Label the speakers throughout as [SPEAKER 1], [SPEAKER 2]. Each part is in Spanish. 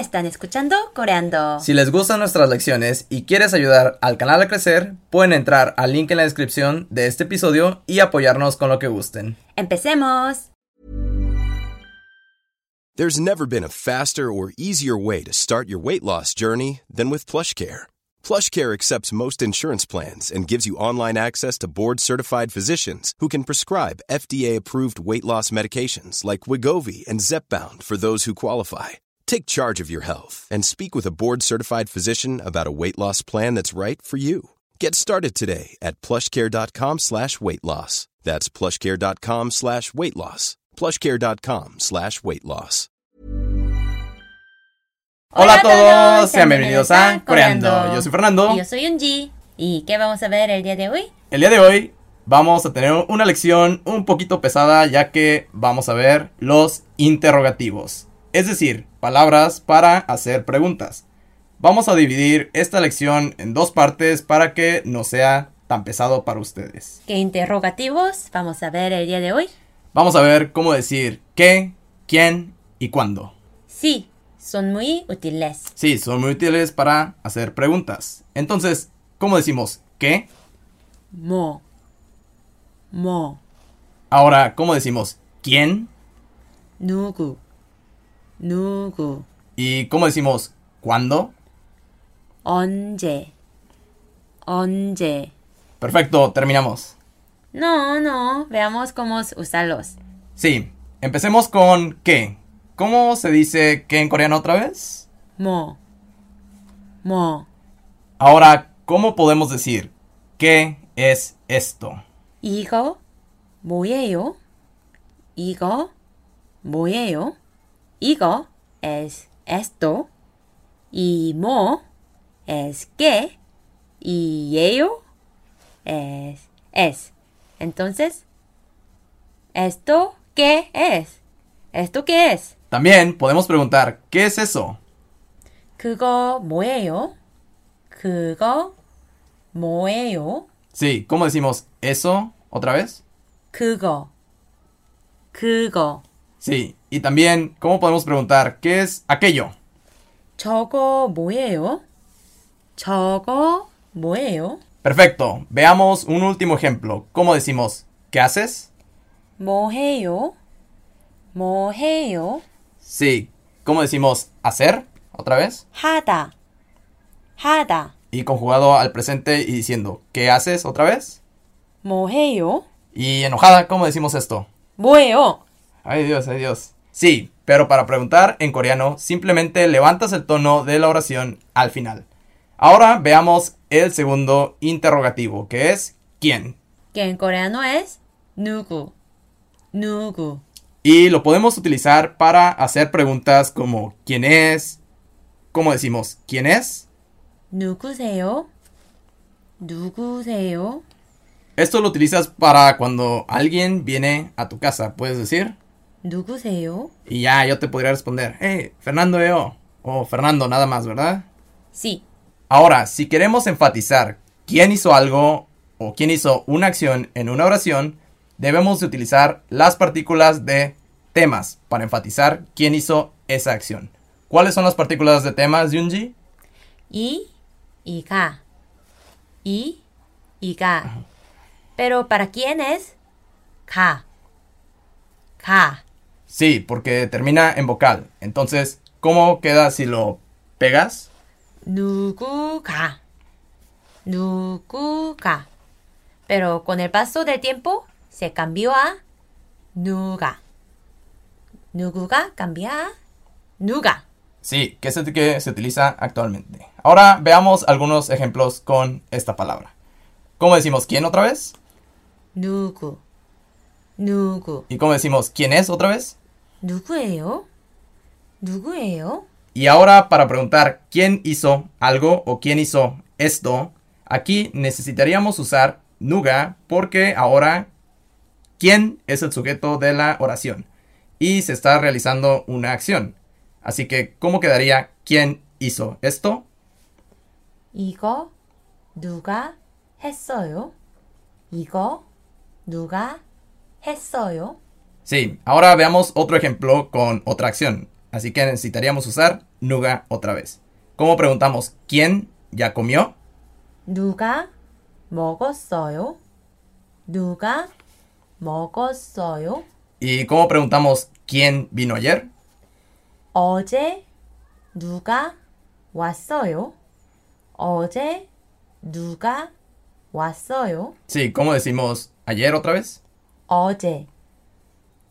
[SPEAKER 1] están escuchando Coreando.
[SPEAKER 2] Si les gustan nuestras lecciones y quieres ayudar al canal a crecer, pueden entrar al link en la descripción de este episodio y apoyarnos con lo que gusten.
[SPEAKER 1] ¡Empecemos!
[SPEAKER 3] There's never been a faster or easier way to start your weight loss journey than with PlushCare. PlushCare accepts most insurance plans and gives you online access to board-certified physicians who can prescribe FDA-approved weight loss medications like Wigovi and Zepbound for those who qualify. Take charge of your health and speak with a board-certified physician about a weight loss plan that's right for you. Get started today at plushcare.com slash weight loss. That's plushcare.com slash weight loss. plushcare.com slash weight loss.
[SPEAKER 2] Hola a todos, sean bienvenidos a Coreando. Yo soy Fernando.
[SPEAKER 1] Y yo soy Unji. ¿Y qué vamos a ver el día de hoy?
[SPEAKER 2] El día de hoy vamos a tener una lección un poquito pesada ya que vamos a ver los interrogativos, es decir, palabras para hacer preguntas. Vamos a dividir esta lección en dos partes para que no sea tan pesado para ustedes.
[SPEAKER 1] ¿Qué interrogativos vamos a ver el día de hoy?
[SPEAKER 2] Vamos a ver cómo decir qué, quién y cuándo.
[SPEAKER 1] Sí, son muy útiles.
[SPEAKER 2] Sí, son muy útiles para hacer preguntas. Entonces, ¿cómo decimos qué?
[SPEAKER 1] Mo. Mo.
[SPEAKER 2] Ahora, ¿cómo decimos quién?
[SPEAKER 1] Nugu. Nugu.
[SPEAKER 2] ¿Y cómo decimos cuándo?
[SPEAKER 1] Onje. Onje.
[SPEAKER 2] Perfecto, terminamos.
[SPEAKER 1] No, no, veamos cómo usarlos.
[SPEAKER 2] Sí, empecemos con qué. ¿Cómo se dice qué en coreano otra vez?
[SPEAKER 1] Mo. Mo.
[SPEAKER 2] Ahora, ¿cómo podemos decir qué es esto?
[SPEAKER 1] 이거 뭐예요? 이거 뭐예요? 이거 es esto y mo es que y ello es es. Entonces, ¿esto qué es? ¿Esto qué es?
[SPEAKER 2] También podemos preguntar ¿qué es eso?
[SPEAKER 1] 그거 뭐예요? 그거 뭐예요?
[SPEAKER 2] Sí, ¿cómo decimos eso otra vez?
[SPEAKER 1] 그거 그거
[SPEAKER 2] Sí, y también ¿cómo podemos preguntar qué es aquello?
[SPEAKER 1] 저거 뭐예요? 저거 뭐예요?
[SPEAKER 2] Perfecto, veamos un último ejemplo. ¿Cómo decimos ¿qué haces?
[SPEAKER 1] 뭐해요? 뭐해요?
[SPEAKER 2] Sí, ¿cómo decimos hacer otra vez?
[SPEAKER 1] 하다 하다
[SPEAKER 2] Y conjugado al presente y diciendo ¿qué haces otra vez?
[SPEAKER 1] 뭐해요?
[SPEAKER 2] Y enojada, ¿cómo decimos esto?
[SPEAKER 1] 뭐예요?
[SPEAKER 2] Ay Dios, ay Dios. Sí, pero para preguntar en coreano simplemente levantas el tono de la oración al final. Ahora veamos el segundo interrogativo, que es ¿quién?
[SPEAKER 1] que en coreano es 누구 누구
[SPEAKER 2] Y lo podemos utilizar para hacer preguntas como ¿quién es? ¿Cómo decimos quién es?
[SPEAKER 1] 누구세요? 누구세요?
[SPEAKER 2] Esto lo utilizas para cuando alguien viene a tu casa, puedes decir,
[SPEAKER 1] 누구세요?
[SPEAKER 2] y ya yo te podría responder, hey, Fernando EO, o Fernando nada más, ¿verdad?
[SPEAKER 1] Sí,
[SPEAKER 2] Ahora, si queremos enfatizar quién hizo algo o quién hizo una acción en una oración, debemos de utilizar las partículas de temas para enfatizar quién hizo esa acción. ¿Cuáles son las partículas de temas, Yunji?
[SPEAKER 1] 이, 이가, 이, 이가. Pero para quién es 가, 가.
[SPEAKER 2] Sí, porque termina en vocal. Entonces, ¿cómo queda si lo pegas?
[SPEAKER 1] 누구가, 누구가. Pero con el paso del tiempo se cambió a 누가. 누구가 cambia a 누가.
[SPEAKER 2] Sí, que es el que se utiliza actualmente. Ahora veamos algunos ejemplos con esta palabra. ¿Cómo decimos quién otra vez?
[SPEAKER 1] 누구, 누구.
[SPEAKER 2] ¿Y cómo decimos quién es otra vez?
[SPEAKER 1] 누구예요? 누구예요?
[SPEAKER 2] Y ahora para preguntar quién hizo algo o quién hizo esto, aquí necesitaríamos usar nuga porque ahora quién es el sujeto de la oración y se está realizando una acción. Así que, ¿cómo quedaría quién hizo esto?
[SPEAKER 1] 이거 누가 했어요? 이거 누가 했어요?
[SPEAKER 2] Sí, ahora veamos otro ejemplo con otra acción. Así que necesitaríamos usar nuga otra vez. ¿Cómo preguntamos quién ya comió?
[SPEAKER 1] 누가 먹었어요? 누가 먹었어요?
[SPEAKER 2] ¿Y cómo preguntamos quién vino ayer?
[SPEAKER 1] 어제 누가 왔어요? 어제 누가 왔어요?
[SPEAKER 2] Sí, ¿cómo decimos ayer otra vez?
[SPEAKER 1] 어제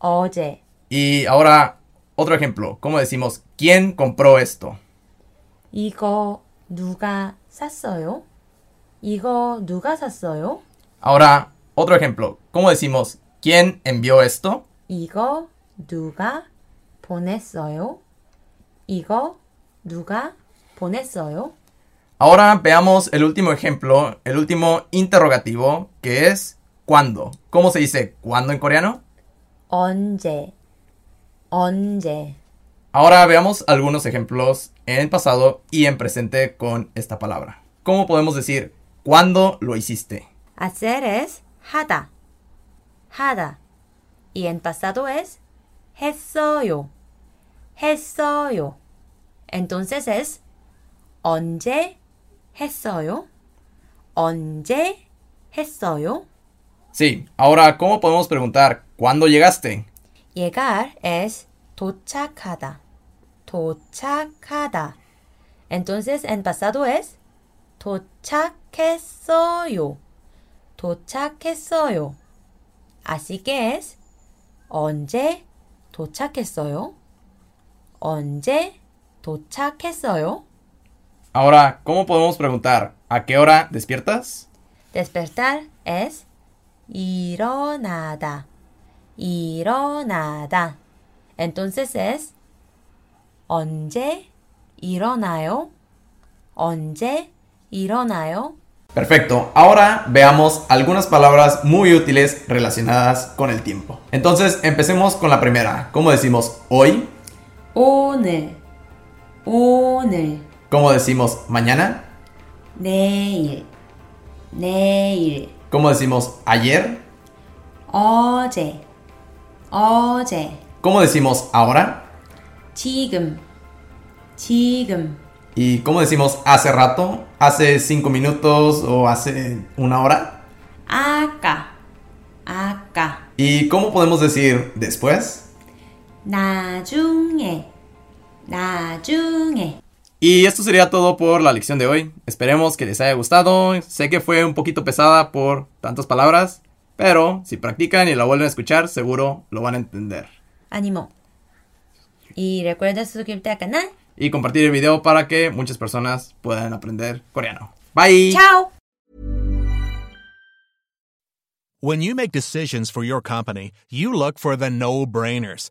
[SPEAKER 1] 어제
[SPEAKER 2] Y ahora otro ejemplo. ¿Cómo decimos quién compró esto?
[SPEAKER 1] 이거 누가 샀어요? 이거 누가 샀어요?
[SPEAKER 2] Ahora otro ejemplo. ¿Cómo decimos quién envió esto?
[SPEAKER 1] 이거 누가 보냈어요? 이거 누가 보냈어요?
[SPEAKER 2] Ahora veamos el último ejemplo, el último interrogativo, que es ¿cuándo? ¿Cómo se dice cuándo en coreano?
[SPEAKER 1] 언제 언제
[SPEAKER 2] Ahora veamos algunos ejemplos en pasado y en presente con esta palabra. ¿Cómo podemos decir cuándo lo hiciste?
[SPEAKER 1] hacer es 하다 하다 y en pasado es 했어요 했어요 entonces es 언제 했어요 언제 했어요
[SPEAKER 2] Sí, ahora ¿cómo podemos preguntar cuándo llegaste?
[SPEAKER 1] llegar es 도착하다. 도착하다. Entonces en pasado es 도착했어요. 도착했어요. Así que es 언제 도착했어요? 언제 도착했어요?
[SPEAKER 2] Ahora, ¿cómo podemos preguntar a qué hora despiertas?
[SPEAKER 1] Despertar es 일어나다. 일어나다. Entonces es 언제 일어나요? 언제 일어나요?
[SPEAKER 2] Perfecto, ahora veamos algunas palabras muy útiles relacionadas con el tiempo. Entonces, empecemos con la primera. ¿Cómo decimos hoy?
[SPEAKER 1] 오늘 오늘
[SPEAKER 2] ¿Cómo decimos mañana?
[SPEAKER 1] 내일 내일
[SPEAKER 2] ¿Cómo decimos ayer?
[SPEAKER 1] 어제 어제
[SPEAKER 2] ¿Cómo decimos ahora?
[SPEAKER 1] 지금 지금
[SPEAKER 2] ¿Y cómo decimos hace rato? ¿Hace cinco minutos o hace una hora?
[SPEAKER 1] 아까 아까
[SPEAKER 2] ¿Y cómo podemos decir después?
[SPEAKER 1] 나중에 나중에
[SPEAKER 2] Y esto sería todo por la lección de hoy. Esperemos que les haya gustado. Sé que fue un poquito pesada por tantas palabras, pero si practican y la vuelven a escuchar, seguro lo van a entender.
[SPEAKER 1] 아니모 뭐. 이 레코드 수길 때까나
[SPEAKER 2] Y compartir el video para que muchas personas puedan aprender coreano. Bye.
[SPEAKER 1] 차오
[SPEAKER 4] When you make decisions for your company, you look for the no brainers.